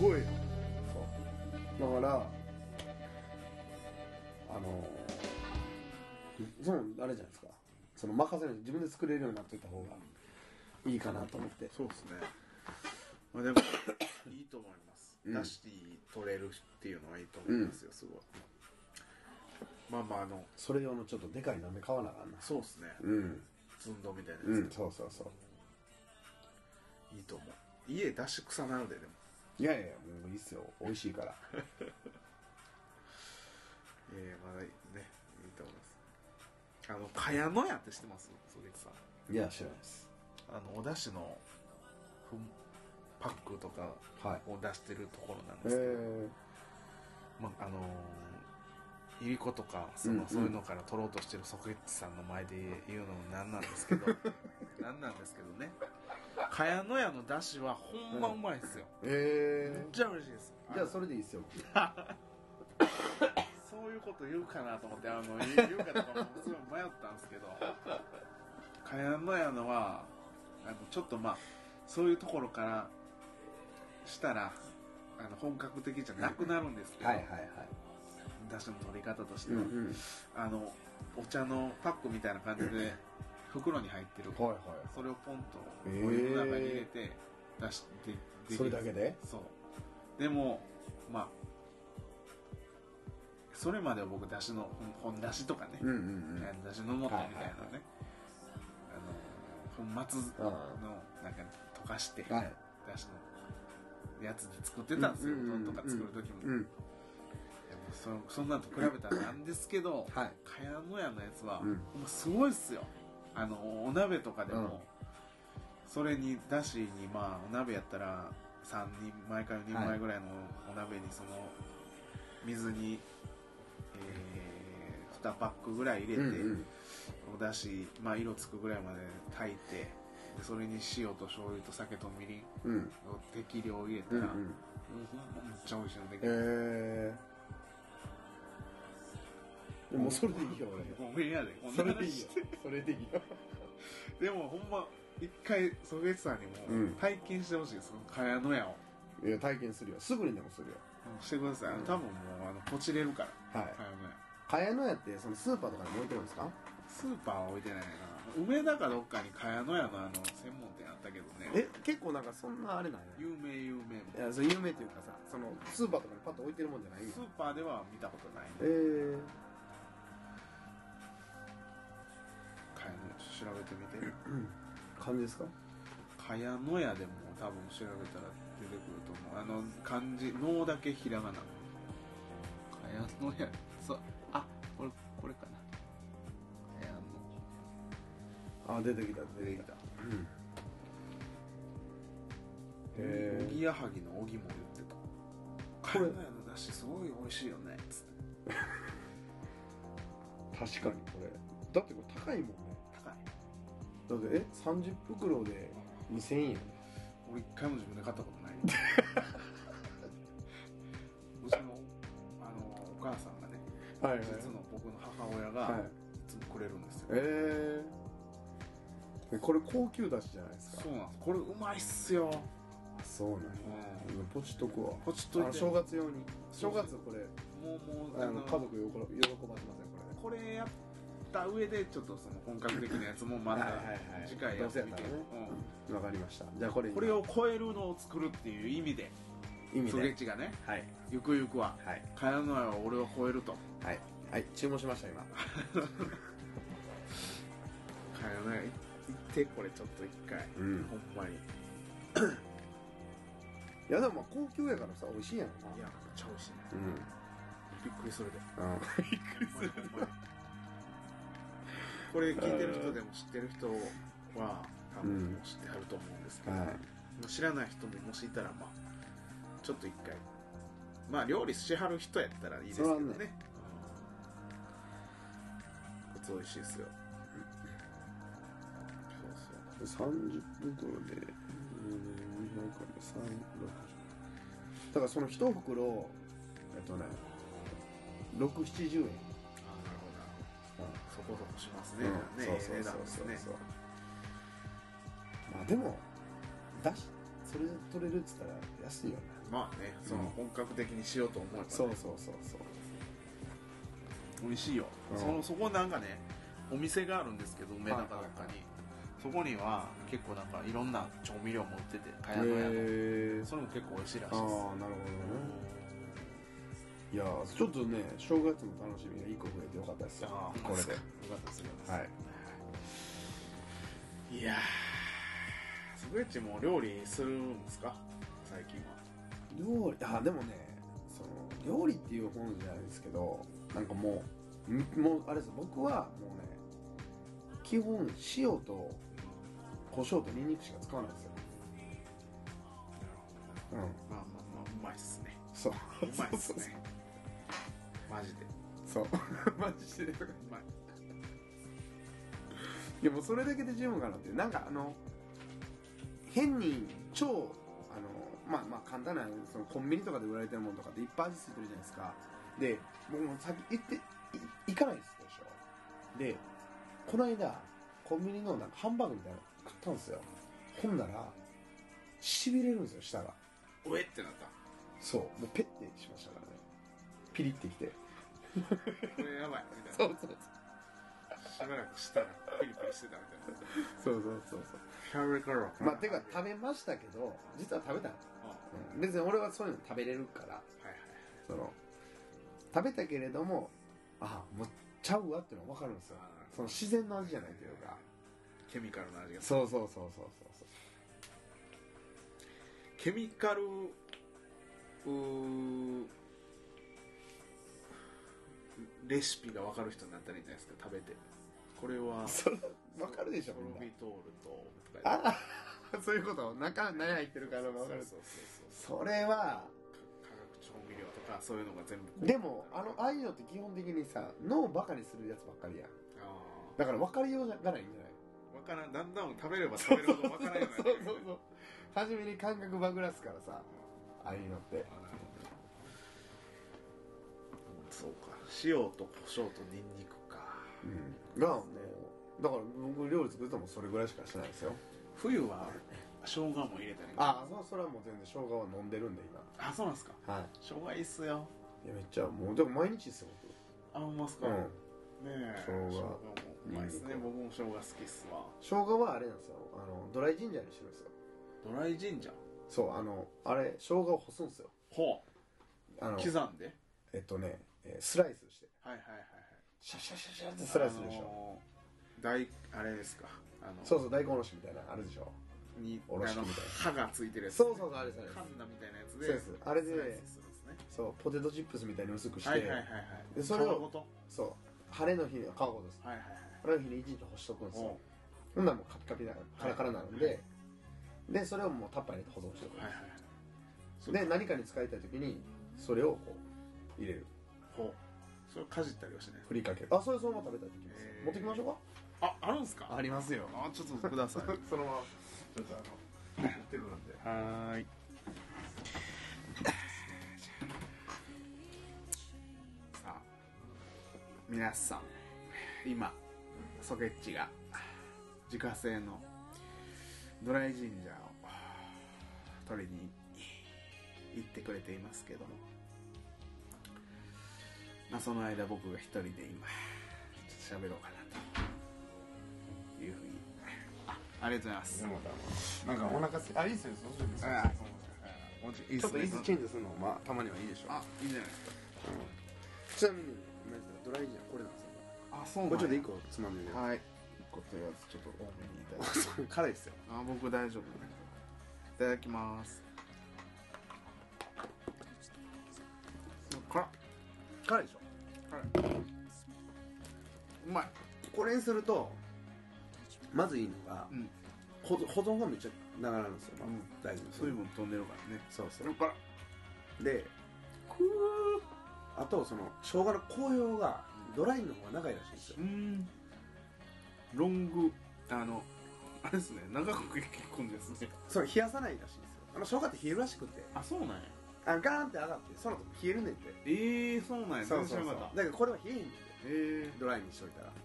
ごいよだからあのそのあれじゃないですかその任せる自分で作れるようになっていた方がいいかなと思ってそうですねまあでもいいと思います、うん出して取れるっていうのはいいと思いますよ、すごいまあまああのそれ用のちょっとでかい鍋買わなあかんなそうですねうん寸胴みたいなうやんつ、そうそうそういいと思う家出し草なのででもいやいやもういいっすよ美味しいからええまだねいいと思いますあの茅野屋って知ってます鈴木さんいや知らないですあのお出汁の粉パックとかはいを出してるところなんえですけど、ー、まああのーいりことかそうんうのんそういうのから取ろうとしてるソケッチさんの前で言うのもなんなんです けどなんなんですけどね茅野屋の出汁はほんまうまいですよ、めえっちゃ嬉しいですー、じゃあそれでいいっすよそういうこと言うかなと思って あの言う言うかどうかもすごい迷ったんですけど茅野屋のはあのちょっとまあそういうところからしたらあの本格的じゃなくなるんですけど、はいはいはい出汁の取り方としてうんは、うんあのお茶のパックみたいな感じで袋に入ってるはいはそれをポンとえおー湯の中に入れて出して、いでそれだけでそうでもまあそれまでは僕だしの本だしとかね、うんうんだしのもとはみたいなね、いはいはいあの粉末うんのなんか溶かして、はいだしのやつで作ってたんですよ、うんうんうんうんうどんとか作る時も、うんでもそそんなんと比べたらなんですけど、はいかやのやのやつは、うんもうすごいっすよあのお鍋とかでも、うんそれにだしにまあお鍋やったら3人前か4人前ぐらいのお鍋にその水に、えー、2パックぐらい入れて、うんうんおだし、まあ、色つくぐらいまで炊いてでそれに塩と醤油と酒とみりんうんを適量入れたうんうら、もうんほんまめっちゃ美味しいのできるえー、もうそれでいいよ俺ごめんやで、こんそなれでい話いしよて。それでいいよ。でもほんま、一回、ソゲツさんにうんも体験してほしいです、その茅野屋を。もいや、体験するよ。すぐにでもするよ。うしてください。あの多分もう、あの、ポチれるから、はい。茅野屋。茅野屋って、そのスーパーとかにも置いてるんですかスーパーは置いてないな。梅田かどっかに茅野屋のあの、専門店あったけどね。え、結構なんかそんなあれなんや。有名有名。いや、それ有名というかさ、その、スーパーとかにパッと置いてるもんじゃないよス。ーパーでは見たことないえー、ね。茅野屋、ちょっと調べてみて。感じですか茅野屋でも多分調べたら出てくると思う。あの、漢字、能だけひらがな。茅野屋、そう、あ、これ、これかな。茅野。あ、出てきた、出出ててききたた。うん。おえぎやはぎのおぎも言ってたこれこれのだしすごい美味しいよねつってー、確かにこれ。だってこれ高いもんね。高いだって、え、30袋で2000円。俺一回も自分で買ったことない うちのあのお母さんがねはい実の僕の母親はがい。いつもくれるんですよ、えー、これ高級だしじゃないですかそうなんですこれうまいっすよ、そうなんやうん、ポチっとくわこっちあといのて正月用にそ正うそう月これもうもうああのの家族喜ば喜ばせませんこれこれやった上でちょっとその本格的なやつもまた次回どやうっせてやったみて、らねうんわかりましたじゃあこれこれを超えるのを作るっていう意味で意味ソゲッでチがねはいゆくゆくははい茅野屋は俺を超えるとはいはい注文しました今茅野屋行ってこれちょっと一回うんほんまにいいやでもまあ高級やからさ美味しいやろなやめっちゃ美味しいねうんびっくりするであほんまにこれ聞いてる人でも知ってる人は多うん分もう知ってはると思うんですけど、は知らない人ももしいたらまあちょっと一回まあ料理しはる人やったらいいですけどねそらうんこつ美味しいですよそうそうい30袋でうん200から360だからその一袋えっとね670円あなるほどなるほどそこそこしますね、うんねそうそうええ値そう段ですそうねそうまあでもだしそれで取れるっつったら安いよねまあねそのうん本格的にしようと思えばね、そうそうそうそう美味しいよ、うんそのそこなんかねお店があるんですけど梅田かどっかはいはに、いそこには結構なんかいろんな調味料も売ってて茅へ野屋えの、それも結構美味しいらしああいですなるほどねいやーちょっとね正月の楽しみが一個増えてよかったですよあーこれでよかったですよかったはいですいやースグエッチも料理するんですか最近は料理あでもねその料理っていう本じゃないですけどなんかもうんもうあれです僕はもうね基本塩と胡椒とニンニクしか使わないんですようんまあまあまあうまいっすねそううまいっすねマジでそう マジでうまいいやもうそれだけで十分かなってなんかあの変に超あのまあまあ簡単なそのコンビニとかで売られてるものとかっていっぱい味付いてるじゃないですかで僕もう先行ってい行かないですでしょでこの間コンビニのなんかハンバーグみたいなの食ったんですよほんならしびれるんですよ舌がうえってなったそうもうペッてしましたからねピリってきてこれやばいみたいなそうそうしばらくしたらピリピリしてたみたいなそうそうそうそうキャベカロまあてか食べべましたけど実は食べたのあはうん別に俺はそういうの食べれるからいはいその食べたけれどもあもうちゃうわっていうのは分かるんですよその自然の味じゃないというかケミカルな味がするそうそうそうそうそうケミカルうーレシピが分かる人になったらいいんじゃないですか食べてこれはそれ分かるでしょソみんルなビトールととかあらそういうこと中何入ってるかの分かるそうそうそうそうそれは化学調味料とかそういうのが全部こうでもあのああいうのって基本的にさ脳をバカにするやつばっかりやんあだから分かりようがないんじゃないーわからんだんだん食べれば食べるほど分からんようになってそうそくるうそう初めに感覚バグらすからさああいうのってあなるほどうんそうか塩と胡椒とニンニクかうんがもうだから僕料理作るともうそれぐらいしかしてないですよ冬は生姜も入れたりああそそれはもう全然生姜は飲んでるんであそうなんですか今はい生姜いいっすよいやめっちゃもうでも毎日ですよあほんまっすか、僕、うねん、え生姜もうまいっすニンニねク僕も生姜好きっすわ生姜はあれなんですよあのドライジンジャーにしてるんですよドライジンジャーそうあのあれ生姜を干すんですよほあうの刻んでえっとね、えースライスしてはいはいはいはいシャシャシャシャってスライスでしょ、ょ大あれですかあのそうそう大根おろしみたいなのあるでしょにおろしあみたのいな歯がついてるやつそうそうそうあれですあれですカンナみたいなやつそうでですあれでスライスするんですねそうポテトチップスみたいに薄くして、はいはいはいはいでそれを皮ごとそう晴れの日の皮ごとですはいはいはい晴れの日に一日干しとくんですよおうほんならもうカピカピなカラカラなんで、はいでそれをもうタッパーに入れて保存しておくんはいはいはいです、で何かに使いたい時にそれをこう入れるほうそれをかじったりはしないふりかけるあそれそのまま食べたい時です、へー持ってきましょうかああるんですかりますよあちょっとくださいそのままちょっとあの持ってるなんではーいさあ皆さん今ソケッチが自家製のドライジンジャーを取りに行ってくれていますけども、まあ、その間僕が一人で今ちょっと喋ろうかなというふうにあありがとうございますなんかお腹すあいいですよそうですよいいちょっと椅す子ねチェンジするのもまあたまにはいいでしょうあいいじゃないですかちなみにマジでドライジャーこれなんですよあそうこれちょっと一個個つまみではい個とりあえずちょっと多めにいただいて辛いですよあ僕大丈夫いただきます辛っ辛いでしょうまいこれにするとまずいいのが、うん保存保存がめっちゃ長なるんですよ、まあうん大丈夫水分飛んでるからねそうそそれからうであとその生姜の紅葉がドライの方が長いらしいんですようーんロングあのあれですね長く結婚ですねそれ冷やさないらしいんですよあの生姜って冷えるらしくてあそうなんやあガーンって上がってその後冷えるねんてええそうなんやそうそうそう全然知らだかなかったらこれは冷えへんねんてえドライにしといたらえ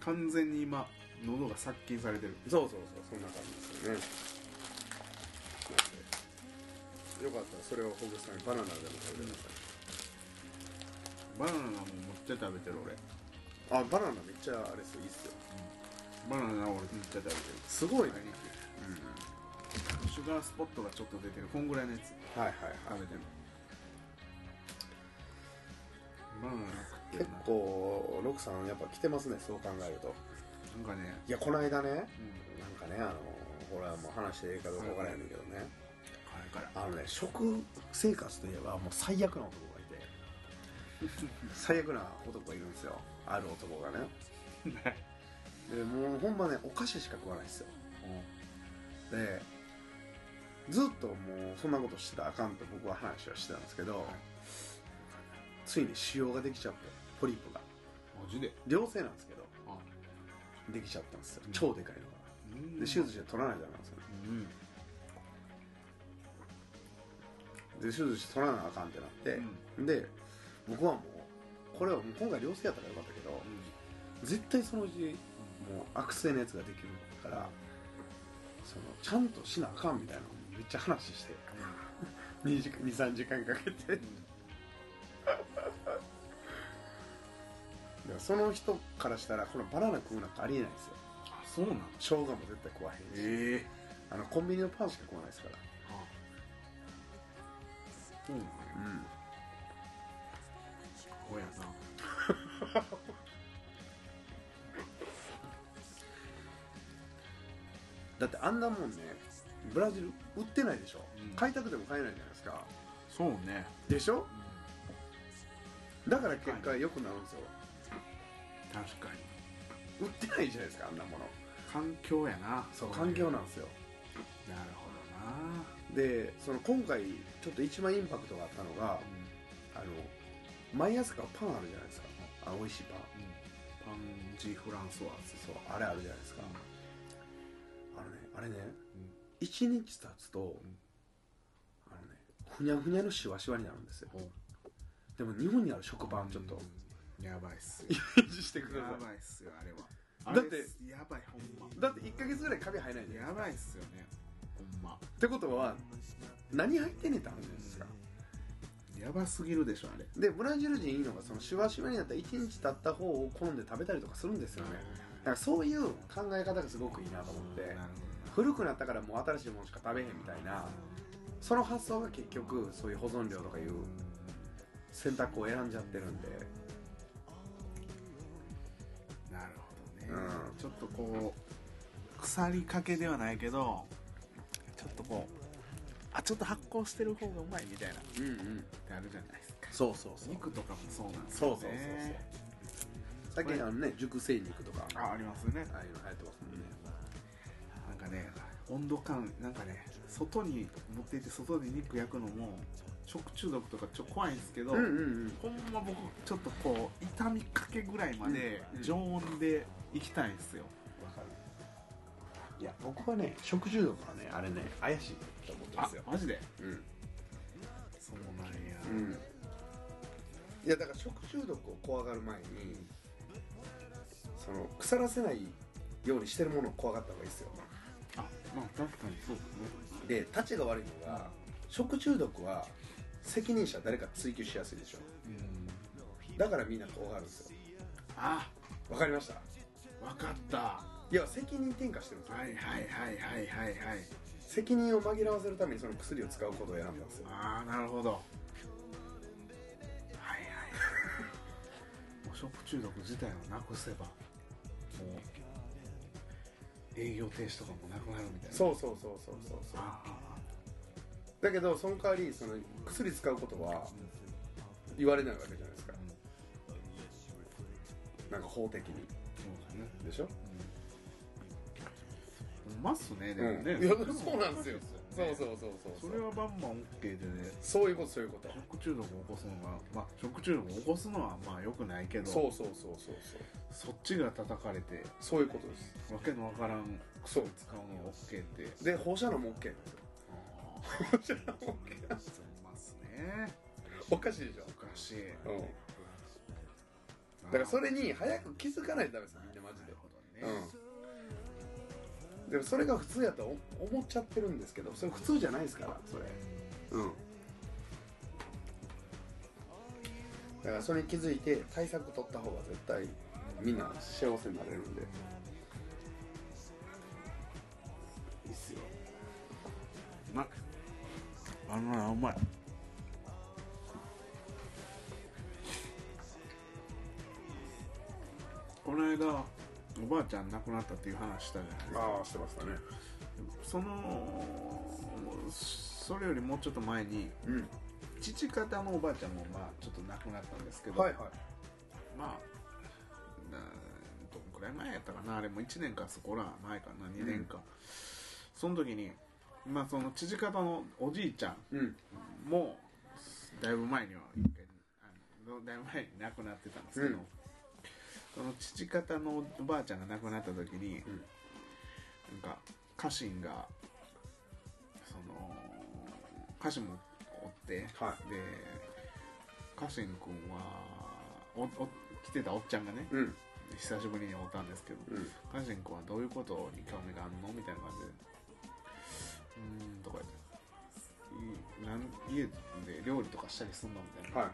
完全に今喉が殺菌されてるそうそうそうそんな感じですよねよかったらそれをほぐさんにバナナでも食べてくだバナナも持って食べてるさいあ俺バナナめっちゃあれっすよいいっすよバナナ俺めっちゃ食べてるすごいね毎日シュガースポットがちょっと出てるこんぐらいのやつはいはいは食べてるバナナい食ってる結構ロクさんやっぱ来てますねそう考えるとななんかね、いやこの間ねうん、なんかねあのこれはもう話していいかどうかわからないんだけどね辛いからあのね食生活といえばもう最悪な男がいて最悪な男がいるんですよある男がねでもうほんまねお菓子しか食わないんですよでずっともうそんなことしてたらあかんと僕は話はしてたんですけど、ついに腫瘍ができちゃってポリープがマジで良性なんですけどあできちゃったんですようん超でかいのが、うんで手術して取らないとダメなんですよねうんで手術して取らなあかんってなって、うんで僕はもうこれはもう今回良性やったからよかったけど絶対そのうちもう悪性のやつができるからそのちゃんとしなあかんみたいなのをめっちゃ話して23時間かけてでもその人からしたらこのバナナ食うなんかありえないですよあそうなの生姜も絶対食わへんし、ええあのコンビニのパンしか食わないですからあそうなのこうやなだってあんなもんねブラジル売ってないでしょ、うん買いたくても買えないじゃないですかそうねでしょだから結果良くなるんですよ確かに売ってないじゃないですかあんなもの環境やなそうこ環境なんですよなるほどでその今回ちょっと一番インパクトがあったのがなうんあの毎朝からパンあるじゃないですかあ美味しいパンパンジーフランソワーズそうあれあるじゃないですかが、あのねあれねうん1日経つとんあのねふにゃふにゃのシワシワになるんですよでも日本にある食パンちょっとうんやばいっすよイメージしてくだやさばいっすよあれはだってあれすやばいほんいだって1ヶ月ぐらいカビ生えないまでやばいっすよねほんまってことは何入ってんねんって話じゃないですかやばすぎるでしょあれでブラジル人いいのがそのシワシワになった1日経った方を好んで食べたりとかするんですよねだからそういう考え方がすごくいいなと思ってなるほ古くなったからもう新しいものしか食べへんみたいどななその発想が結局そういう保存料とかいう選択を選んじゃってるんでなるほどね、うんちょっとこう腐りかけではないけどちょっとこうあちょっと発酵してる方がうまいみたいなっうんうんてあるじゃないですかそうそうそう肉とかもそうなんですそうよそうねそうそう最近あのね熟成肉とかああありますよねあいうの流行ってますもんねなんかね温度感なんかね外に持っていって外で肉焼くのも食中毒とかちょっと怖いんですけど、うんうんうんほんま僕ちょっとこう痛みかけぐらいまでうん常温でいきたいんですよ、わかるいや僕はね食中毒はねあれね怪しいと思ってまあすよマジでうんそうなんや、うんいやだから食中毒を怖がる前にその腐らせないようにしてるものを怖がった方がいいですよあまあ確かにそうですねで立ちが悪いのが食中毒は責任者誰か追及しやすいでしょうんだからみんな怖がるんですよあわかりましたわかったはいや責任転嫁してるんですよいはいはいはいはいはい責任を紛らわせるためにその薬を使うことを選んだんですよああなるほどはいはいもう食中毒自体をなくせばもう営業停止とかもなくなるみたいなうそうそうそうそうそうそうああだけどその代わりその薬使うことは言われないわけじゃないですかなんか法的にそうだねでしょうまっすねでもね、うんいやそうなんですよそうねそうそうそうそれはバンバン OK でねそういうことそういうこと食中毒を起こすのはまあ食中毒を起こすのはまあよくないけどそうそうそうそうそうそっちが叩かれてそういうことですわけのわからんそう使うのが OK ってで放射能も OK あ放射能も OK あそうますねおかしいでしょおかしういんだからそれに早く気づかないとダメですよみんなマジなでるほどね、うんでもそれが普通やと思思っちゃってるんですけどそれ普通じゃないですからそれうんだからそれに気づいて対策取った方が絶対みんな幸せになれるんでいいっすようまいバナナうまいこの間おばあちゃん亡くなったっていう話したじゃないですかああしてましたねそのそれよりもうちょっと前にうん父方のおばあちゃんもまあちょっと亡くなったんですけど、はいまあなどんくらい前やったかなあれも1年かそこら前かな2年か、その時にまあその父方のおじいちゃうんんもだいぶ前には一回あのだいぶ前に亡くなってたんですけど、うんその父方のおばあちゃんが亡くなった時に、んなんか家臣がその家臣もおってはで家臣君はおお来てたおっちゃんがねいうん久しぶりに会ったんですけどうん家臣君はどういうことに興味があるのみたいな感じでうーんとか言っていなん家で料理とかしたりすんのみたいな、はい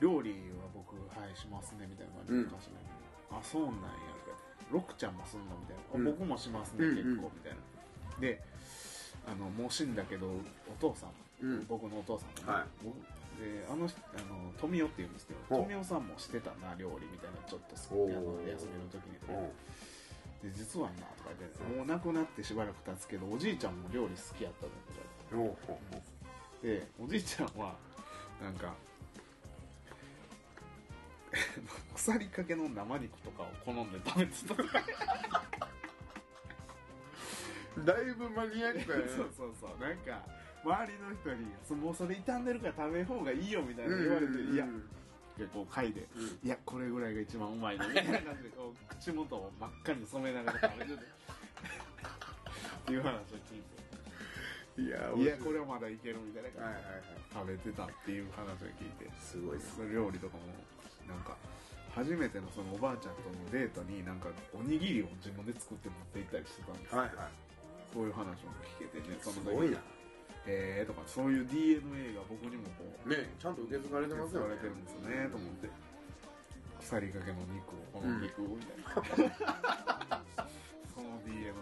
料理は僕はいしますねみたいな感じでうん昔ね、あそうなんやみたいなロクちゃんもすんのみたいな、うあん僕もしますねうん結構、みたいなであのもう死んだけどお父さうんん僕のお父さんはがね、い僕であの人あの富代って言うんですけどほう富代さんもしてたな料理みたいなちょっとすあおのー休みの時におうで実はなとか言ってもう亡くなってしばらく経つけどおじいちゃんも料理好きやったんだとかおうおうおう言ってでおじいちゃんはなんか 腐りかけの生肉とかを好んで食べてたとかだいぶマニアックそやう ねそうそうなんか周りの人にそ「もうそれ傷んでるから食べん方がいいよ」みたいな言われて「いや結構貝で、ういやこれぐらいが一番うまいの」みたいな感じでこう口元を真っ赤に染めながら食べててっていう話を聞いて。いやいやここれはまだいけるみたいなれはい感はいはいじで食べてたっていう話を聞いてすごいっすその料理とかもなんか初めてのそのおばあちゃんとのデートになんかおにぎりを自分で作って持って行ったりしてたんですはいはいそういう話も聞けてねそすのごいな時えーとかそういう DNA が僕にもこうねちゃんと受け継がれてますよ受け継がれてるんですよねと思って腐りかけの肉をこの肉をみたいな、 その DNA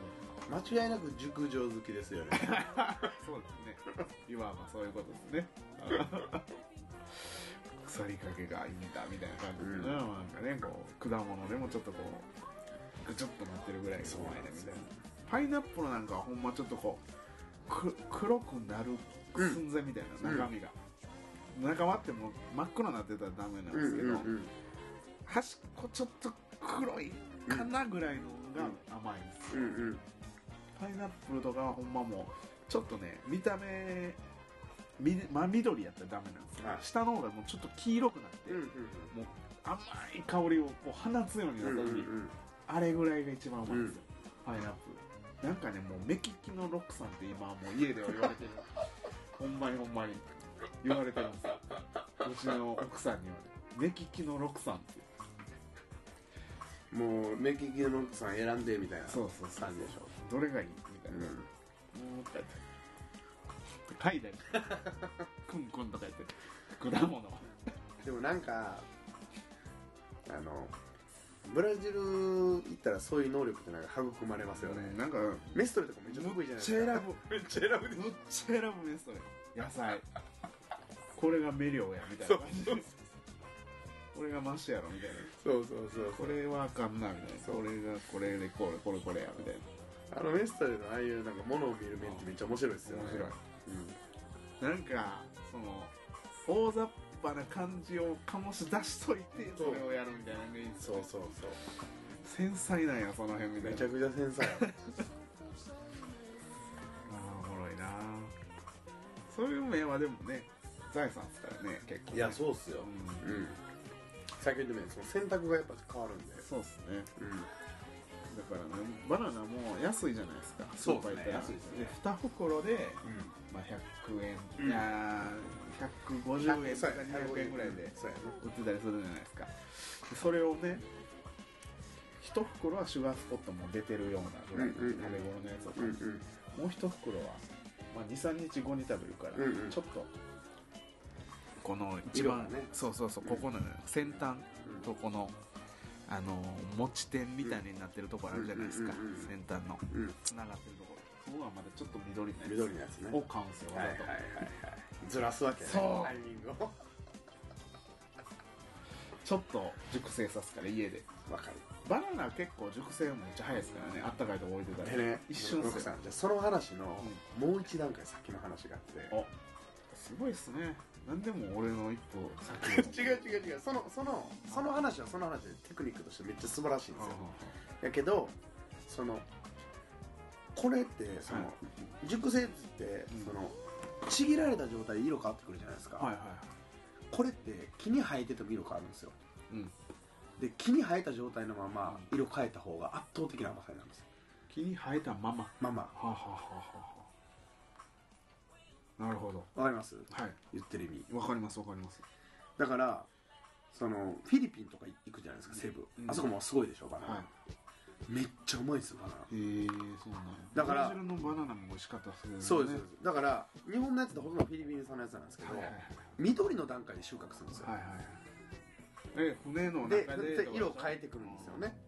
間違いなく熟女好きです よねそうですね。いわばそういうことですね。 腐りかけがいいんだみたいな感じで、うんなんかね、こう果物でもちょっとこうぐちょっとなってるぐらいがうまいねみたいな。パイナップルなんかはほんまちょっとこうく黒くなる寸前みたいな、うん中身が。中はってもう真っ黒になってたらダメなんですけど、ん端っこちょっと黒いかなぐらいのが甘いんですよ。うんパイナップルとかはほんまもうちょっとね見た目み真緑やったらダメなんですよ、はい下の方がもうちょっと黄色くなって、うん甘い香りをこう放つようになった時、あれぐらいが一番うまいんですよ、パイナップルなんかねもう目利きのロックさんって今はもう家では言われ てるほんまにほんまに言われてるんですようちの奥さんにはね目利きのロックさんってもう目利きの奥さん選んでみたいなそうそうそう感じでしょどれがいいみたいな、うもうとか言って書いたりくんくんとか言って果物んでもなんかあのブラジル行ったらそういう能力ってなんか育まれますよねなんかメストレとかめっちゃ得む意っじゃないちゃ選めぶっちゃ選ぶむっちゃ選ぶねそれ野菜これがメリョウやみたいな感じこれがマシやろみたいなそうそうそうこれはあかんなみたいなこれがこれでこれこれこれやみたいなあのメストレのああいうなんかものを見る面ってめっちゃ面白いですよねうん面白いなんかその大雑把な感じを醸し出しといてそれをやるみたいなねそうそうそう繊細なんやその辺みためいなちゃくちゃ繊細やあーおもろいなそういう面はでもね財産ですからね結構 ねいやそうっすようんうん先ほど言ったようにその選択がやっぱ変わるんでそうっすねうんだからねバナナも安いじゃないですかそうっすねスーパー行ったら安いですねで2袋で、まあ、100円、いやー150円とか200円ぐらいでそうやな売ってたりするじゃないですかでそれをね1袋はシュガースポットも出てるようなぐらいの食べ頃のやつを買ってんもう1袋はまあ、23日後に食べるから、うんうんちょっとこの一番、色がねそうそうそうここの、先端とこのあの持ち点みたいになってるところあるじゃないですか、うんうんうんうん先端のうんつながってるところそこはまだちょっと緑のやつ緑のやつねを買うんですよわはいざはいと、はいずらすわけねそうタイミングをわちょっと熟成さすから家でかるバナナ結構熟成めっちゃ早いですからねあったかいとこ置いてたら、でね一瞬っ奥すさよんじゃあその話のもう一段階先の話があっおすごいっすねなんでも俺の一歩先をて 違う違う違うそのそのその話はその話でテクニックとしてめっちゃ素晴らしいんでうすよんやけどそのこれってその、は熟成ってうんそのちぎられた状態で色変わってくるじゃないですか、はいはいはこれって木に生えてる時色変わるんですよいうんで木に生えた状態のまま色変えた方が圧倒的な甘さになるんですよ木に生えたままはまあまあはあはあはあなるほどあわかりますはい言ってる意味わかりますわかりますだからそのフィリピンとか行くじゃないですか西部、うんあそこもすごいでしょバナナ、はめっちゃうまいですよバナナいへえそうなんやだからブラジルのバナナも美味しかったですけどねそうですそうですだから日本のやつってほとんどフィリピン産のやつなんですけど、はいはいはい緑の段階で収穫するんですよ、はいはいえ船の中ででで色を変えてくるんですよね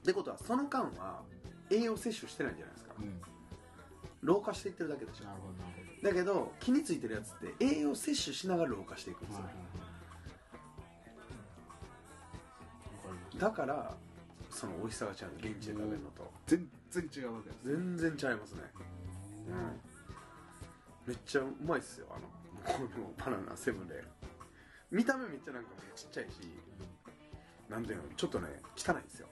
ってことはその間は栄養摂取してないじゃないですかうん老化していってるだけでしなるょほどなるだけど木についてるやつって栄養摂取しながら老化していくんでほすどよ、はいはいはいわかりましただからその美味しさが違うんです現地で食べるのと全然違うわけです全然違いますねうんめっちゃうまいっすよあのこのバナナセブンで見た目めっちゃなんかもうちっちゃいしなんていうのちょっとね汚いんですよ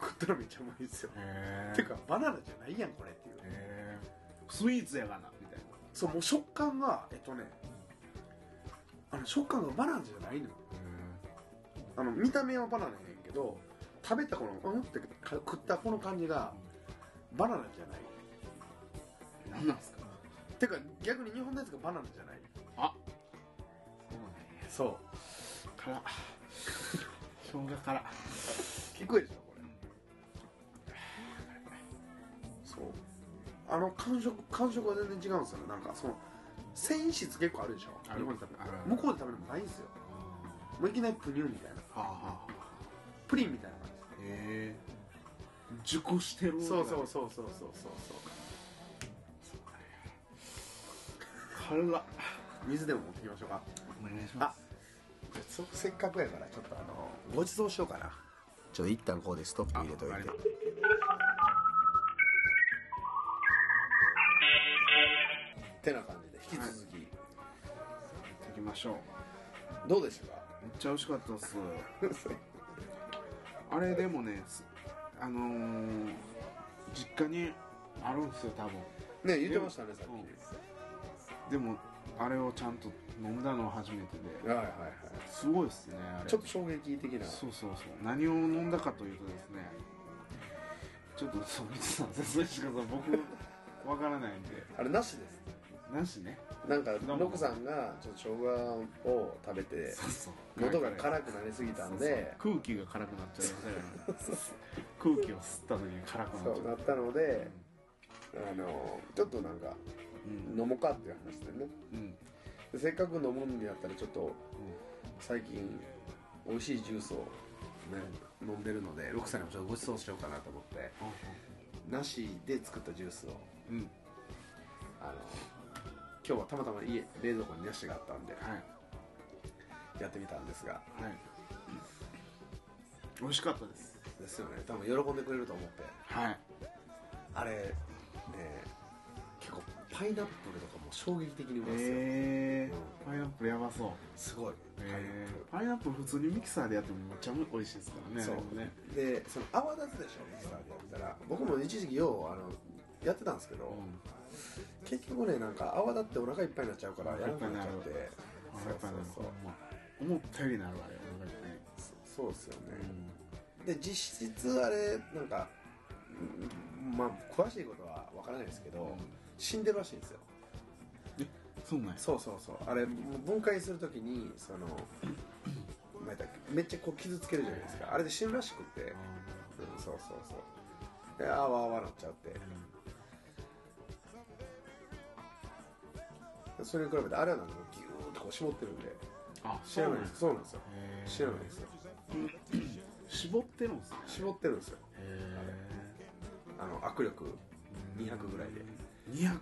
食ったらめっちゃうまいっすよへてかバナナじゃないやんこれっていうへースイーツやがなみたいそうもう食感がえっとねあの食感がバナナじゃないのなあの見た目はバナナやねんけど食べたこのうんってか食ったこの感じがバナナじゃない何なんすかてか逆に日本のやつがバナナじゃないそうねそ辛生姜辛う聞くでしょこれそうあの感触感触は全然違うんですよねなんかその繊維質結構あるでしょある日本で食べあるある向こうで食べるのないんですよもういきなりプニューみたいなはあはあプリンみたいな感じへえ熟してるそうそうそうそうそうそうそう辛お願水でも持ってきましょうかいしますせっかくやからちょっとあのごちそうしようかなちょっと一旦ここでストップ入れといあわかてりまてな感じで引き続き、行きましょうどうで したかめっちゃ美味しかったっすあれでもねすあのー、実家にあるんすよ多分ね言ってましたねさっでもあれをちゃんと飲んだのは初めてきではいはいはすごいっすねあれいちょっと衝撃的なそうそうそう何を飲んだかというとですねちょっとそう水さん説明してください僕わからないんであれなしですなしねなんかどうもノクさんがちょっと生姜を食べてそうそう喉が辛くなりすぎたんでそうそう空気が辛くなっちゃいましたよね空気を吸った時に辛くなっそちうゃなうったのであのちょっとなんかうん飲もうかっていう話でねうんうんでせっかく飲むんやったらちょっと最近美味しいジュースを、ね、飲んでるので6歳にもちょっとごちそうしようかなと思ってなしで作ったジュースをうんうんあの今日はたまたま家冷蔵庫になしがあったんではいやってみたんですがはい美味しかったですですよね多分喜んでくれると思ってはいあれね結構パイナップルとかも衝撃的にうまいですよ、えー、パイナップルやばそうすごいパイナッえプルー、パイナップル普通にミキサーでやってもめっちゃ美味しいですからねそうあれもねでその泡立つでしょミキサーでやったら僕も一時期ようあのやってたんですけど、うん結局ねなんか泡立ってお腹いっぱいになっちゃうからやらなくなっちゃってやっぱそうそねうそう思ったよりなるわあれお腹いっぱいそそうですよね、で実質あれなんかうんまあ詳しいことはわからないですけど、死んでるらしいんですよそうなんやそうそうそうあれ分解するときにそのなんだっけめっちゃこう傷つけるじゃないですかあれで死ぬらしくて、うん、そうそうそうであわあわなっちゃってそれに比べてあれはなんかもうギューッとこう絞ってるんであ知らないですそうなんですよへー知らないですよ絞ってるんですね絞ってるんですよへあの握力200ぐらいでえ200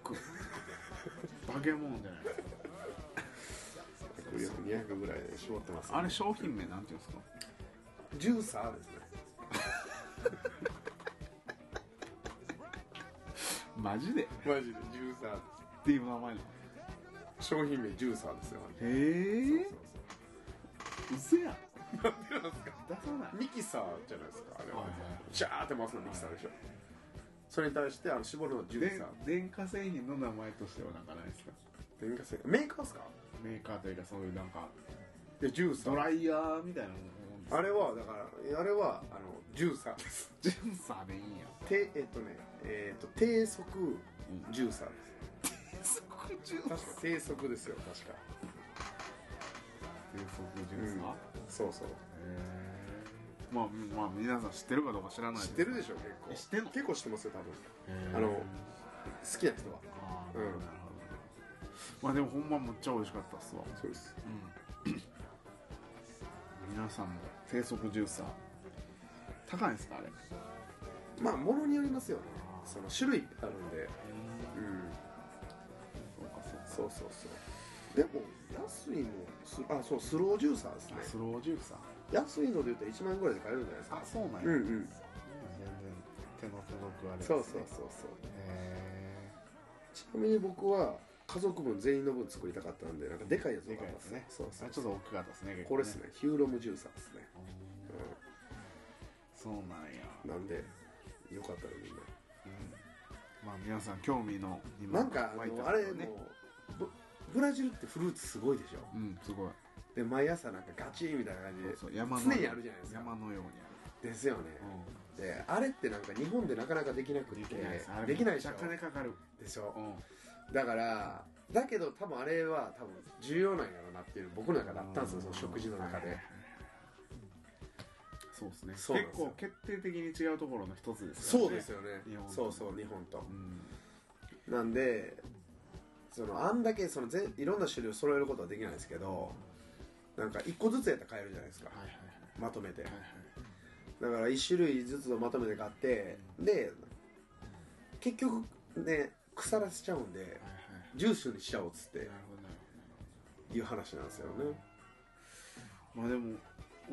バケモンじゃないですか握力200ぐらいで絞ってますあれ商品名なんていうんですかジューサーですねマジでっ マジでジューサーでていう名前なのす商品名ジューサーですよあれそへえうそう嘘やん出さないそうミキサーじゃないですかあれははいはいジャーって回すのミキサーでしょそれに対してあの絞るのはジューでサー電化製品の名前としてはなんかないですか電化製メーカーですかメーカーというかそういうなんかでジューサードライヤーみたいなものあれはだからあれはあのジューサーですジューサーでいいんやてえっとねえっと低速ジューサーです、そこジューサー確か低速ですよ確か低速ジューサー、うんそうそうへーまあまあ皆さん知ってるかどうか知らない知ってるでょしょ結構え知ってんの結構知ってますよ多分ああの好きな人はあーうんなるほどまあでもほんまむっちゃ美味しかったっすわそうですうん皆さんも低速ジューサー高いんすかあれまあものによりますよねその種類ってあるんでうんそうかそうかそうそうそうでも安いのスあそうスロージューサーですねあスロージューサー安いので言うと1万円ぐらいで買えるんじゃないですかあそうなんや、うんう全然ん手の届くあれですそねうそうそうそうへちなみに僕は家族分全員の分作りたかったんでなんかでかいやつーでがかいですねそうそうあちょっと大きかったですね結構これですねヒューロムジューサーですね、そうなんや、うん、なんでよかったらみんなうん、まあ皆さん興味の今なんか湧あいたのとあころれもうブブラジルってフルーツすごいでしょうんすごいで毎朝なんかガチーみたいな感じでそうそう山の常にあるじゃないですか山のようにですよねある、であれってなんか日本でなかなかできなくでてきないですあれできないでめっしちょゃ金かかるでしょんだからだけど多分あれは多分重要なんやろうなっていう僕の中であったんですよその食事の中でそうですねそうなん結ですよ構決定的に違うところの一つですそうですよねよね日本とそうそう日本とうんなんでそのあんだけそのぜいろんな種類を揃えることはできないですけどなんか1個ずつやったら買えるじゃないですかはいはいはいまとめてはいだから1種類ずつをまとめて買ってで結局ね腐らせちゃうんではいはいはジュースにしちゃおうっつっいてなるほどなるいう話なんですよねほどまあでも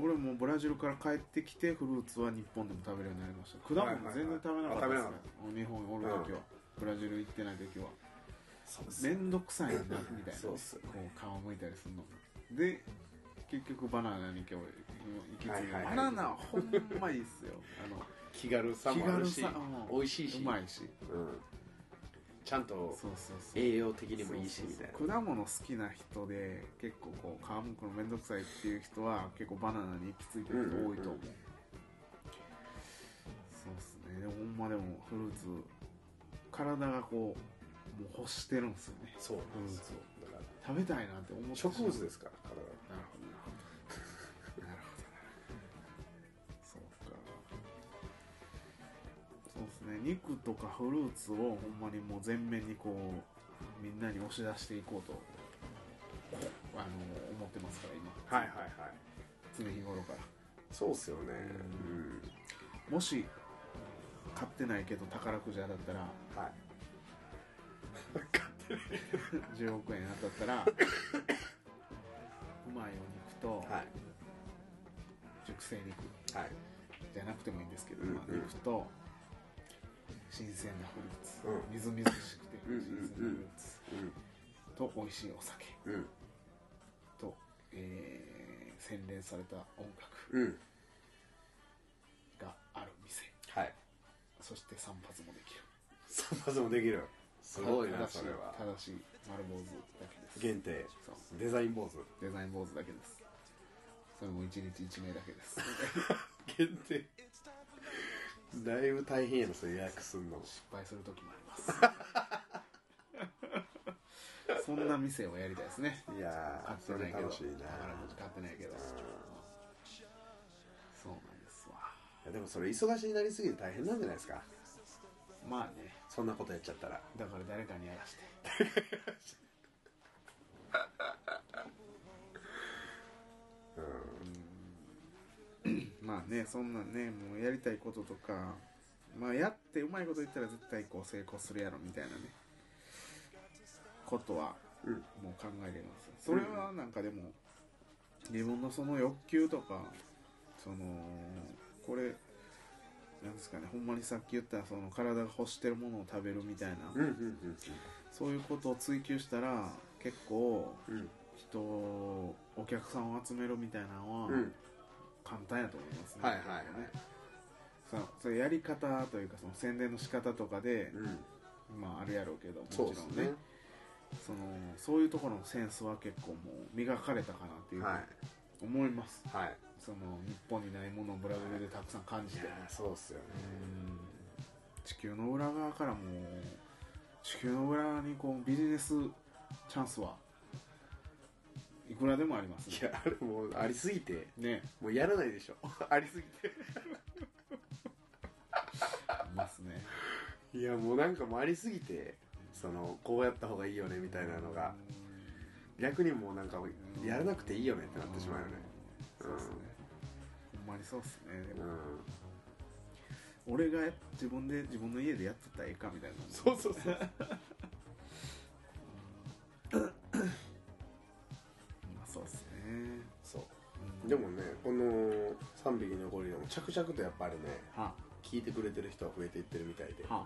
俺もブラジルから帰ってきてフルーツは日本でも食べるようになりました果物全然食べなかったはいはいはいあ食べですなかねっ日本におる時はブラジル行ってない時はそうでめんどくさいなみたいなそうっすよねこう顔向いたりするので結局バナナに今日行き着いはいてはいはいバナナほんまいいっすよ気軽あさの気もあ軽るしさうん美味しいしうまいしうんちゃんとそうそうそう栄養的にもいいしそうみそたういなそう果物好きな人で結構こう皮むくのめんどくさいっていう人は結構バナナに行き着いてる人多いと思うんう、うんうんそうっすねでもほんまでもフルーツ体がこうもう欲してるんですよねそうなんですよだから食べたいなって思ってしまう植物ですから体はなるほどなるほどなるほどそうかそうですね肉とかフルーツをほんまにもう全面にこうみんなに押し出していこうとあの思ってますから今はいはいはい常日頃からそうっすよねうんもし買ってないけど宝くじ当たったらはい10億円当たっ たらうまいお肉とはい熟成肉はいじゃなくてもいいんですけど、うんまあ、肉と新鮮なフルーツ、うんみずみずしくてうんうん新鮮なフルーツと美味しいお酒うんうんと、えー洗練された音楽うんがある店はいそして散髪もできる散髪もできるすごいな正しそれはただしい丸坊主だけです限定そうデザイン坊主デザイン坊主だけですそれも一日一名だけです限定だいぶ大変やなそれ予約すんの失敗する時もあります そんな店をやりたいですねいやーそ買ってなれいけど楽しいな宝くじ買ってないけどそうなんですわいやでもそれ忙しになりすぎて大変なんじゃないですかまあねそんなことやっちゃったらだから誰かにやらしてまあねそんなんねもうやりたいこととかまあやってうまいこと言ったら絶対こう成功するやろみたいなねことはうんもう考えてますそれはなんかでも自分のその欲求とかそのこれなんですかねほんまにさっき言ったその体が欲してるものを食べるみたいなうんうんそういうことを追求したら結構うんうん人をお客さんを集めるみたいなのは、うん簡単やと思いますね。はいはいはいそのそれやり方というかその宣伝の仕方とかで、うんまああるやろうけどもちそうろでんすねねそのそういうところのセンスは結構もう磨かれたかなっていうふうにはい思います、はいその日本にないものをブラジルでたくさん感じいて、やーそうっすよねうん地球の裏側からもう地球の裏側にこうビジネスチャンスはいくらでもありますねいやあれもうありすぎてねもうやらないでしょ ありすぎてありますねいやもうなんかもうありすぎてそのこうやった方がいいよねみたいなのが逆にもうなんかやらなくていいよねってなってしまうよねうんそうっすねほんまにそうっすねでうもん俺が自分で自分の家でやってたらええかみたいなそうそうそうまあそうっすねそうでもねこの3匹のゴリラも着々とやっぱりねは聞いてくれてる人は増えていってるみたいでは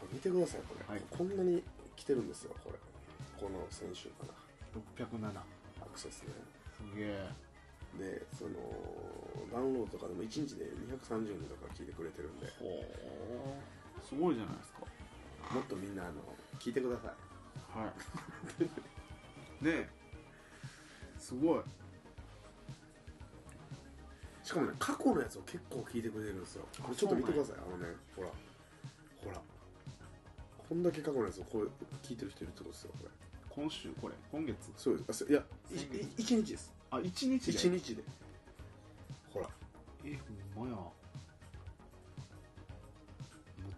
これ見てくださいこれ、はいこんなに来てるんですよこれこの先週かな607アクセスねすげえでそのダウンロードとかでも1日で230人とか聞いてくれてるんでほうすごいじゃないですかもっとみんなあの聞いてくださいはいねえすごいしかもね過去のやつを結構聞いてくれてるんですよこれちょっと見てくださいあのねほらほらこんだけ過去のやつをこう聞いてる人いるってことですよこれ今週これ今月そうですあそういやいい先月一日ですあ一日一日でほらえほんまやめっ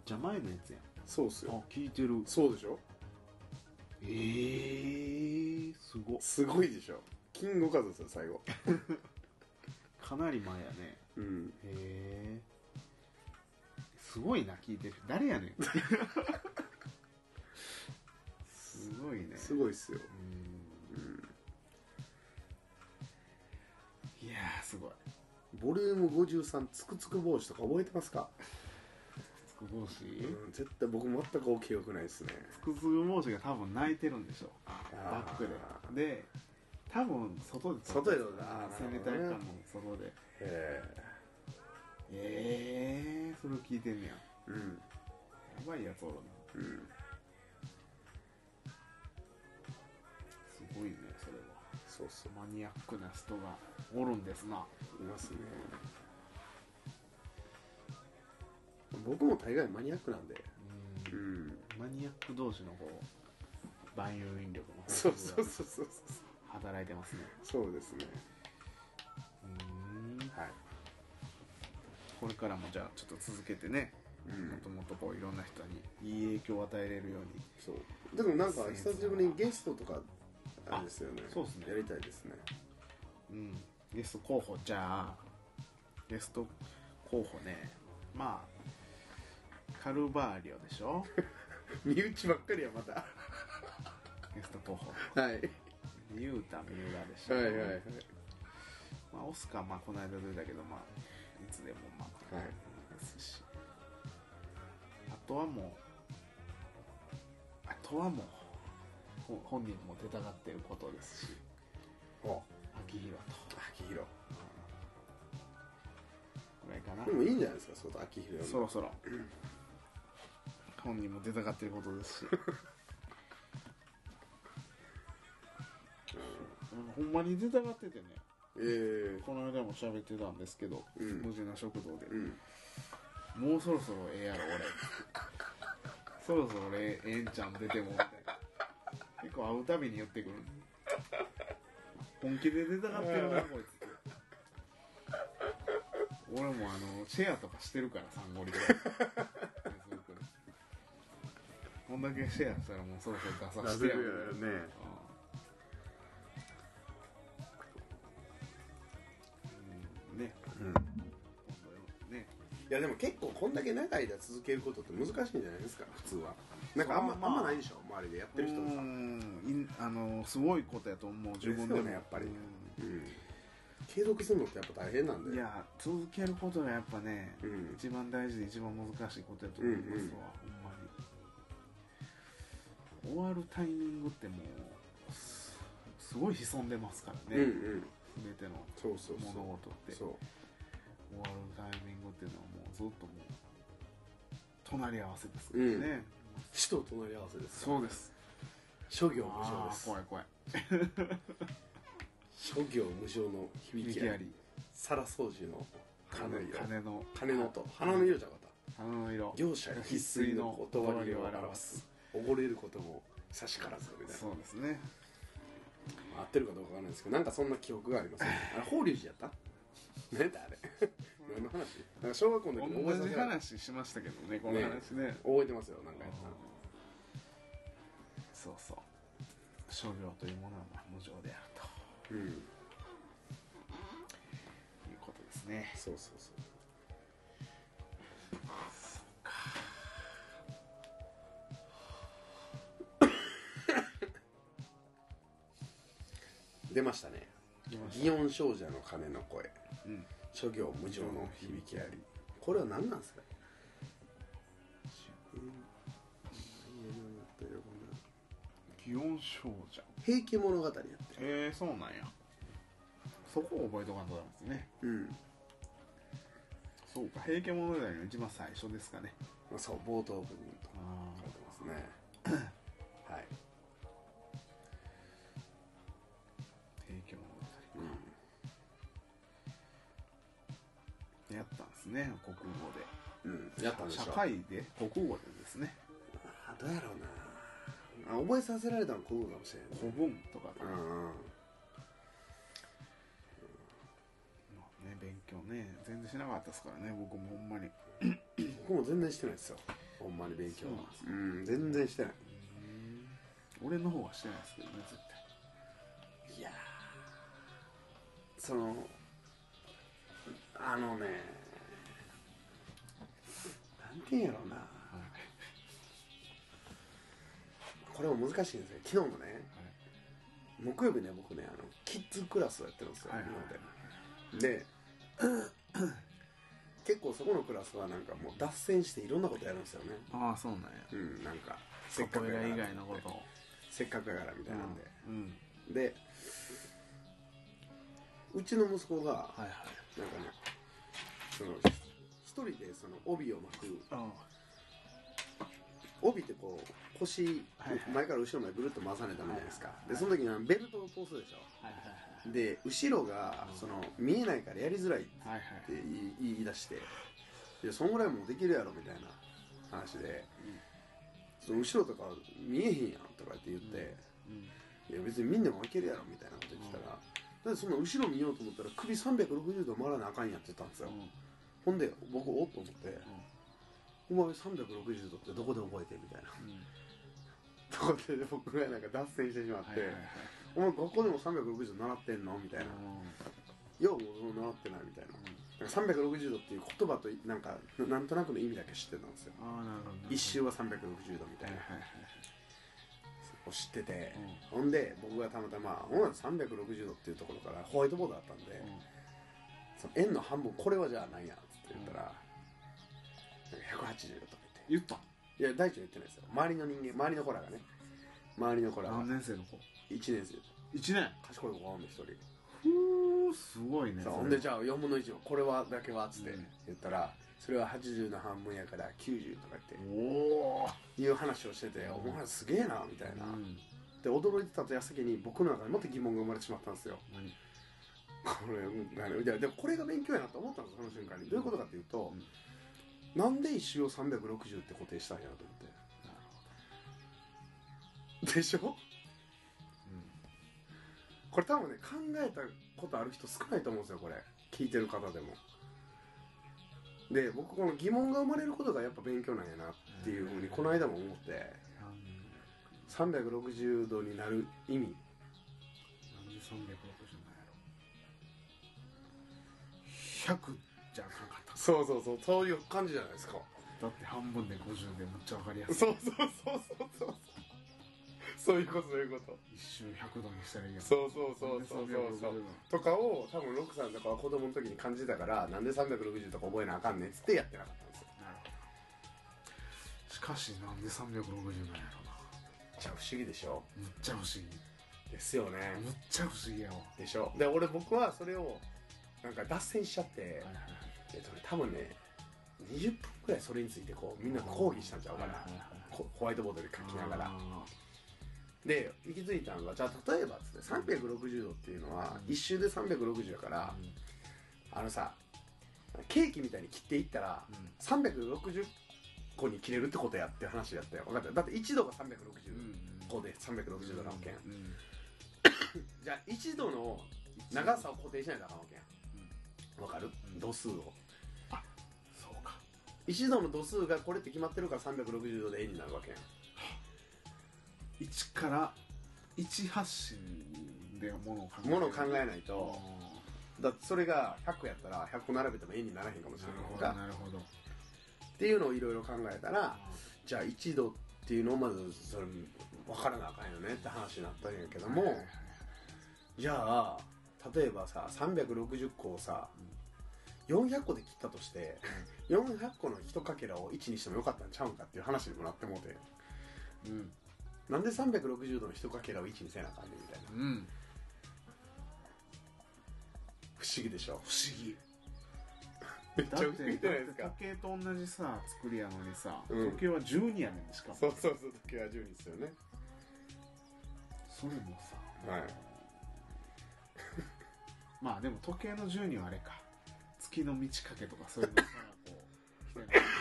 ちゃ前のやつやそうっすんよあ聞いてるそうでしょえー、すごっすごいでしょキングカズですよ最後かなり前やねうんへえすごいな聞いてる誰 やねんすごいねすごいっすよううんんいやーすごいボリューム53つくつく帽子とか覚えてますか、つく帽子うん、絶対僕全くお記憶ないですねつくつく帽子が多分泣いてるんでしょバックあーでで多分外で外で撮ったあー攻めたないかるほどねも外でへええー、それを聞いてんねややえうんばいやつおるなうんすごいねそれはそうっすマニアックな人がおるんですないますね僕も大概マニアックなんでうんうんマニアック同士のこう万有引力の法そう則そうがそうそう働いてますねそうですねうんはいこれからもじゃあちょっと続けてねうもんともとこういろんな人にいい影響を与えれるようにそうでもなんか久しぶりにゲストとかあれですよねあそうっすねやりたいです ねうん、ゲスト候補じゃあゲスト候補ねまあカルバーリオでし ょ身内ばっかりはまたゲスト候補はいはいユータ三浦でしょはいはいはいまあ、オスカーまあこの間出たけどまあいつでもまあはいですしあとはもうあとはもうほ本人も出たがってることですしお秋広と秋広ぐらいかなでもいいんじゃないですかそう秋広そろそろ本人も出たがってるこ とですしほんまに出たがっててねええこの間も喋ってたんですけど、うん無事な食堂でう、んもうそろそろええやろ 俺そろそろ俺ええんちゃん出てもみたいな結構会うたびに言ってくる本気で出たがってるなこいつ 俺もあのシェアとかしてるからサンゴリで Facebook でこんだけシェアしたらもうそろそろ出さ出せせてるやよるねうんねうんねいやでも結構こんだけ長い間続けることって難しいんじゃないですか普通はなんかあんま,、まああ、まあんまないでしょ周りでやってる人もうさんいあのすごいことやと思う自分でもですよねやっぱりううん継続するのってやっぱ大変なんだよんいや続けることがやっぱねうん一番大事で一番難しいことやと思いますわ、ほんまに終わるタイミングってもうすすごい潜んでますからうんね、うん全てのそうそう物そ事ってう終そわるタイミングっていうのはもうずっともう隣り合わせですかうらうね、ん死と隣り合わせですそうです諸行無常あでーす怖い怖い諸行無常の響ききあやり皿掃除の金の色金の金の音花の色じゃなかった花の色業者必須の断りを表す溺れることも差しからずみたいなそうですね合ってるかどうかわかんないですけどなんかそんな記憶があります ねあれ法隆寺やった何だあれ何の話なんか小学校の時に覚え同さじせられた話しましたけどねこの話ね覚えてますよなんかやったのそうそう商業というものはまあ無常であるとうんいうことですねそうそうそう出ましたね祇園少女の鐘の声うん諸行無常の響きありこれは何なんですか祇園少女平家物語やってるへえそうなんやそこを覚えとかんとダメですねうん、そうか平家物語の一番最初ですかねまあ、そう冒頭部分とあ書いてますね はい、平家物う語やったんですね国語でんうん、やったんでしょ社会で国語でですねあどうやろうなあ覚えさせられたのはこうかもしれない古文とかうねんうんまあね勉強ね全然しなかったですからね僕もほんまに僕も全然してないですよほんまに勉強はそううん全然してない俺の方はしてないですけどね絶対いやーそのあのねなんて言うんやろうなこれも難しいんですよ昨日もね木曜日ね僕ねあのキッズクラスをやってるんですよ、はいはい日本でで 結構そこのクラスはなんかもう脱線していろんなことやるんですよねああそうなんやうんなんかせっかく以やから外のことをせっかくやからみたいなんで、うんでうちの息子が、はいはいなんかねその一人でその帯を巻くあ帯ってこう腰はいはい前から後ろまでぐるっと回さないとダメじゃないですかでその時にあのベルトを通すでしょはいで後ろがうんその見えないからやりづらいってはいはいはい言い言い出していやそんぐらいもうできるやろみたいな話で、その後ろとか見えへんやんとかって言って、うんいや別にみんなも開けるやろみたいなこと言ってたら、だってそんな後ろ見ようと思ったら首360度回らなあかんやんって言ったんですよ、ほんで僕おっと思って、お前360度ってどこで覚えてみたいな とこで僕がなんか脱線してしまって、はいはいお前はい学校でも360度習ってんのみたいな、ようもう習ってないみたいななんか360度っていう言葉となんかななんとなくの意味だけ知ってたんですよああなるほど一周は360度みたはいいなはいはいを知ってて、ほんで僕がたまたまほな360度っていうところからホワイトボードあったんで、その円の半分これはじゃあ何やっつって言ったら、なんか180度とか言って言ったいや大地は言ってないですよ周りの人間周りの子らがね周りの子らが何年生の子1年生一年賢い子がおんで1人ふうすごいねさあほんでじゃゃあ4分の1をこれはだけはっつってうん言ったら、それは80の半分やから90とか言っおおていう話をしてて、うんお前らすげえなみたいな、で驚いてたと矢先に僕の中にもっと疑問が生まれてしまったんですよこれうんいやでもこれが勉強やなと思ったんですその瞬間にどういうことかっていうと、なんで一周を360って固定したんやろと思ってでしょこれ多分ね考えたことある人少ないと思うんですよこれ聞いてる方でもで僕この疑問が生まれることがやっぱ勉強なんやなっていうふうにこの間も思ってあ360度になる意味なんで360なんやろ100じゃあかんかったそうそうそうそういう感じじゃないですかだって半分で50でめっちゃ分かりやすいそうそうそうそうそうそういうことそういうこと一瞬100度にしたらいいやんそうそうそうそうそうそうなんで360と度かを多分ロックさんとかは子供の時に感じたからなんで360とか覚えなあかんねんっつってやってなかったんですよなるほどしかしなんで360なんやろなじゃあ不思議でしょむっちゃ不思議ですよねむっちゃ不思議やわでしょで俺僕はそれをなんか脱線しちゃって、はいはいはいえっとね、多分ね20分くらいそれについてこうみんな抗議したんちゃうかな、はいはいはいこホワイトボードで書きながらあで行き着いたのがじゃあ例えばっつって360度っていうのはうん一周で360だかーら、あのさケーキみたいに切っていったらうんうん360個に切れるってことやって話やったよ分かっただって1度が360個で360度なわけやん、うんうんじゃあ1度の長さを固定しないとあかんわけやんわかる、うん度数をそうか1度の度数がこれって決まってるから360度で円になるわけやん1から1発信でものを考えものを考ええないと、だってそれが100やったら100個並べても円にならへんかもしなれるないほとどかなるほどっていうのをいろいろ考えたらじゃあ1度っていうのをまずそれ分からなあかんよねって話になったんやけども、はいはいはいじゃあ例えばさ360個をさ、400個で切ったとして、400個の1かけらを1にしてもよかったんちゃうんかっていう話にもなってもうてうんなんで360度の1かけらを1にせなあかんねんみたいなうん不思議でしょ不思議めっちだゃっ不思議じてゃだなっいですてか時計と同じさ作りやのにさ、うん時計は12やねんしかもそうそうそう時計は12ですよねそれもさはいまあでも時計の12はあれか月の満ち欠けとかそういうのからこう 来てない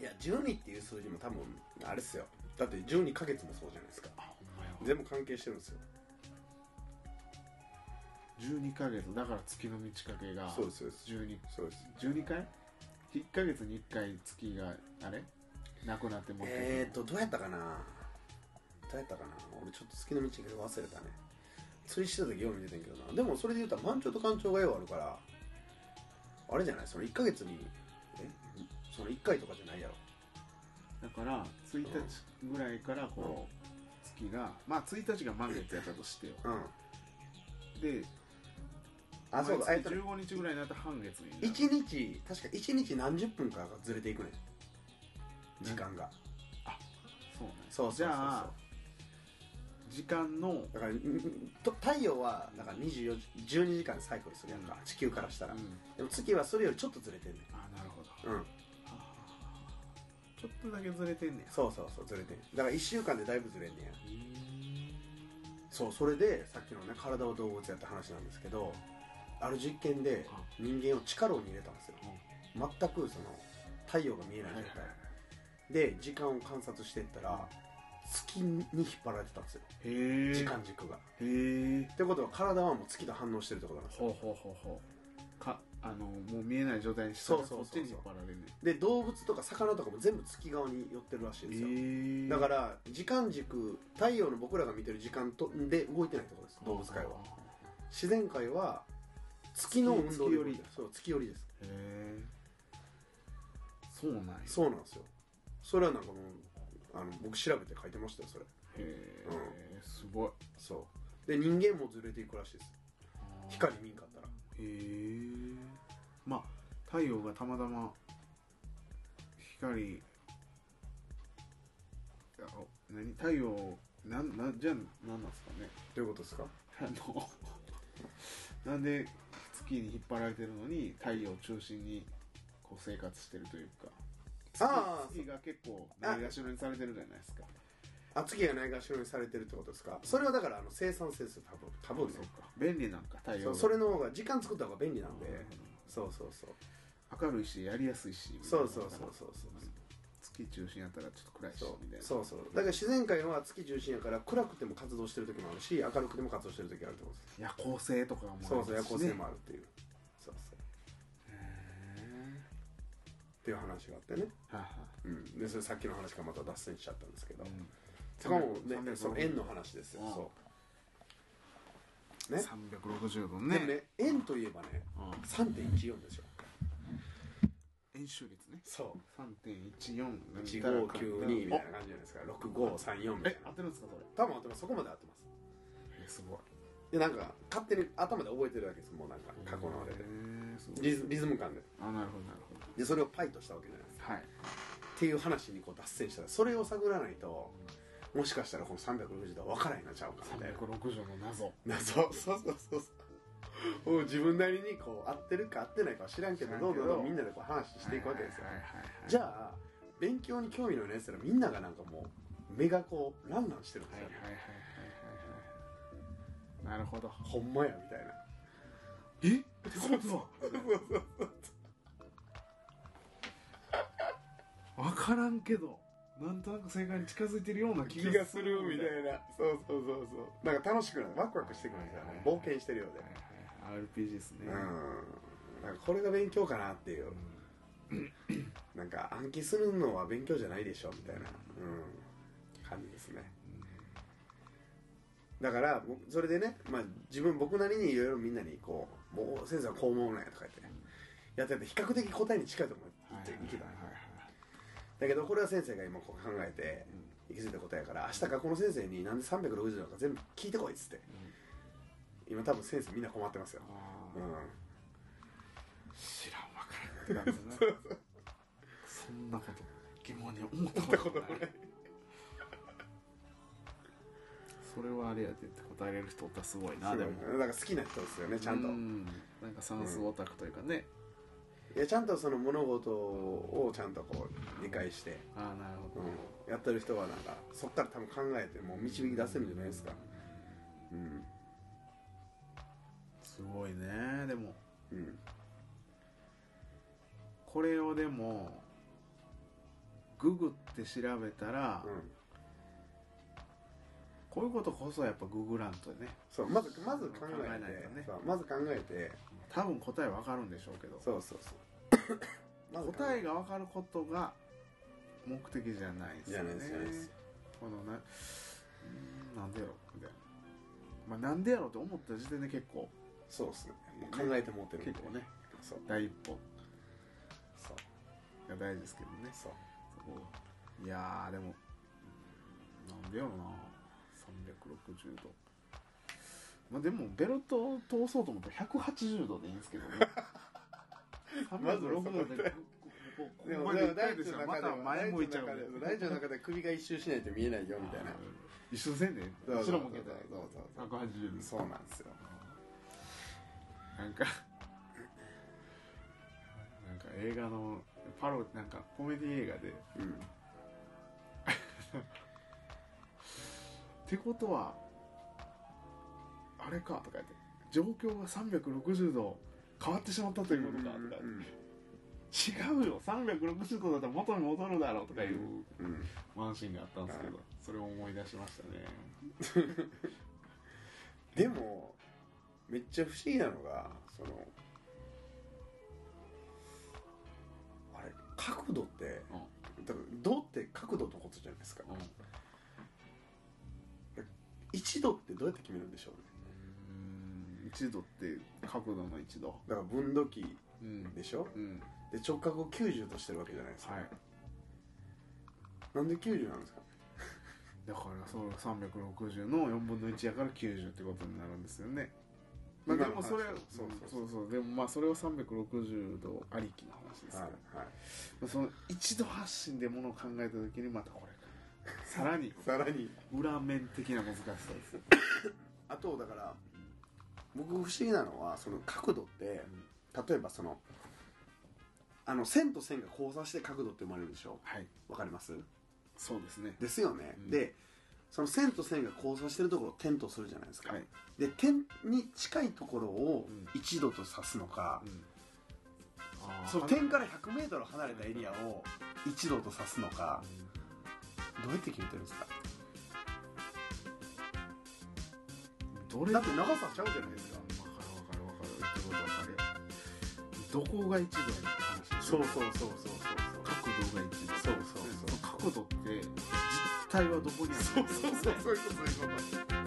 いや12っていう数字も多分あれっすよだって12ヶ月もそうじゃないですかあほんまやわ全部関係してるんですよ12ヶ月だから月の満ち欠けがそうですそうです12そうです12回 ?1 ヶ月に1回月があれなくなってもう一回えーっとどうやったかなどうやったかな俺ちょっと月の道けど忘れたね釣りしてた時よう見てたんやけどなでもそれで言うたら満潮と干潮がようあるからあれじゃないその1ヶ月にえその1回とかじゃないやろだから1日ぐらいからこう、月がまあ1日が満月やったとしてようんであそうだ毎えっ月とね15日ぐらいになったら半月になる1日確か1日何十分かがずれていくね時間がそうねそうそうそうそうじゃあ時間のだからんんと太陽はだから24時12時間サイクルするやんか、う地球からしたうら、んでも月はそれよりちょっとずれてんねあなるほどんうんあーちょっとだけずれてんねやそうそうそうずれてんだから1週間でだいぶずれんねやそうそれでさっきのね体を動物やった話なんですけどある実験で人間を力を入れたんですよ全くその太陽が見えない状態、で時間を観察していったら月に引っ張られてたんですよへえ時間軸が、へえってことは体はもう月と反応してるってことなんですよほうほうほうほうかあのもう見えない状態にしたらそうそうそそうそうっちに引っ張られるねで動物とか魚とかも全部月側に寄ってるらしいんですよ、えだから時間軸太陽の僕らが見てる時間とで動いてないってことです動物界は自然界は月の運動で動いてる月寄りそう月寄りですへえそうなんやそうなんですよそれはなんかもうあの僕調べて書いてましたよそれへえすごいそうで人間もずれていくらしいです光見んかったらへえまあ太陽がたまたま光あ何太陽なんなんじゃあ何なんですかね どういうことですかあのなんで月に引っ張られてるのに太陽を中心にこう生活してるというかあ月が結構ないがしろにされてるじゃないですかああ月がないがしろにされてるってことですかそれはだからあの生産性ですよ多分多分ねそうか便利なんか太そ陽うがそれの方が時間作った方が便利なんでなるそうそうそうほど明るいしやりやすいしそうそうそうそうそう月中心やったらちょっと暗いしそうみたいなそうそうだから自然界は月中心やから暗くても活動してる時もあるし明るくても活動してる時あるってことです夜行性とかもあるしねそうそう夜行性もあるっていうそうそうっていう話があってね、はあはうん、でそれさっきの話からまた脱線しちゃったんですけど、あうんしかもね360その円の話ですよ、うんそうね360度でねもね円といえばねうん3.14でしょ円周率ねそう3.14 1592みたいおな感じじゃないですか6534みたいえな当てるんですかそれ多分合ってますそこまで合ってますえすごいでなんか勝手に頭で覚えてるわけですもうなんか過去のあれでえすごリいズリズム感であなるほどなるほどでそれをパイとしたわけじゃないですかはいっていう話にこう脱線したらそれを探らないともしかしたらこの360度は分からへんなちゃうかみたいな360の謎なそうそうそうそうそう もう自分なりにこう合ってるか合ってないかは知らんけど知らんけどどんどんどんみんなでこう話していくわけですよはいはいはいはいじゃあ勉強に興味のないやつらみんながなんかもう目がこうランランしてるんですはいよはいねはいはいはいはいなるほどほんまやみたいな えそうそう分からんけどなんとなく正解に近づいてるような気気ががするみたいなそうそうそうそうなんか楽しくなるワクワクしてくるんですよね冒険してるようではいはい RPG ですね、うんなんかこれが勉強かなっていうなんか暗記するのは勉強じゃないでしょみたいな、うん、感じですねだからぼそれでね、まあ、自分僕なりにいろいろみんなにこう「もう先生はこう思うね」とか言ってやってて比較的答えに近いと思う言っていけたはいはいだけどこれは先生が今こう考えて行き着いた答えやから明日学校の先生になんで360度か全部聞いてこいっつって今多分先生みんな困ってますよ、うはいあんー知らんわからんって感じですねそんなこと疑問に思ったことない それはあれやでって答えれる人ってすごいなでもすごいねだから好きな人ですよねちゃんと、うなんか算数オタクというかね、いやちゃんとその物事をちゃんとこう理解して、ああなるほど、うん、やってる人はなんかそっから多分考えてもう導き出せるんじゃないですかうんすごいねでもうんこれをでもググって調べたら、うんこういうことこそやっぱググらんとねそうまずまず考えて考えないとねそうまず考えて多分答えわかるんでしょうけどそうそうそう まず考答ええがわかることが目的じゃないですよねじゃないですじゃないですこのなうーんなんでやろみたいなまあなんでやろうって思った時点で結構そうっすねもう考えてもうてるんで結構ねそう第一歩そうが大事ですけどねそうそこいやーでもなんでやろな360度まあでもベルトを通そうと思ったら180度でいいんですけどね まずはそこ360度でここここでもまででも行った大で地しのょま中でた前向いちゃう大地の中で首が一周しないと見えないよみたいなあー一緒せんでそう 後ろ向けたらそうそうそう180度そうなんですよなんかなんか映画のパロなんかコメディ映画でうんってことはあれかとか言って状況が360度変わってしまったということかとか言って、うん違うよ360度だったら元に戻るだろうとかいううんワンシーンがあったんですけどそれを思い出しましたねでもめっちゃ不思議なのがそのあれ角度ってだから「度」って角度のことじゃないですかうんうん一度ってどうやって決めるんでしょうねうーん一度って角度の一度だから分度器うんでしょうんで直角を90としてるわけじゃないですか、はいなんで90なんですかだからその360の4分の1やから90ってことになるんですよねまあで今のもそれ話そうそうそううんそうそうでもまあそれは360度ありきの話ですから、はいはいその一度発信でものを考えた時にまたこれかさらにさらに裏面的な難しさですあとだから僕不思議なのはその角度って例えばそのあの線と線が交差して角度って生まれるでしょはいわかりますそうですねですよね、うんでその線と線が交差してるところを点とするじゃないですか、はい、で点に近いところをうん1度と指すのか、うん、あーその点から 100m 離れたエリアを1度と指すのかどうやって決めてるんですかどれだって長さちゃうじゃないですかわかるわかるわかる言ってることわかるよどこが一度やねんって話そうそうそうそうそう角度が一度そうそうそう角度って実体はどこにあるのそうそうそうそういうことそういうこと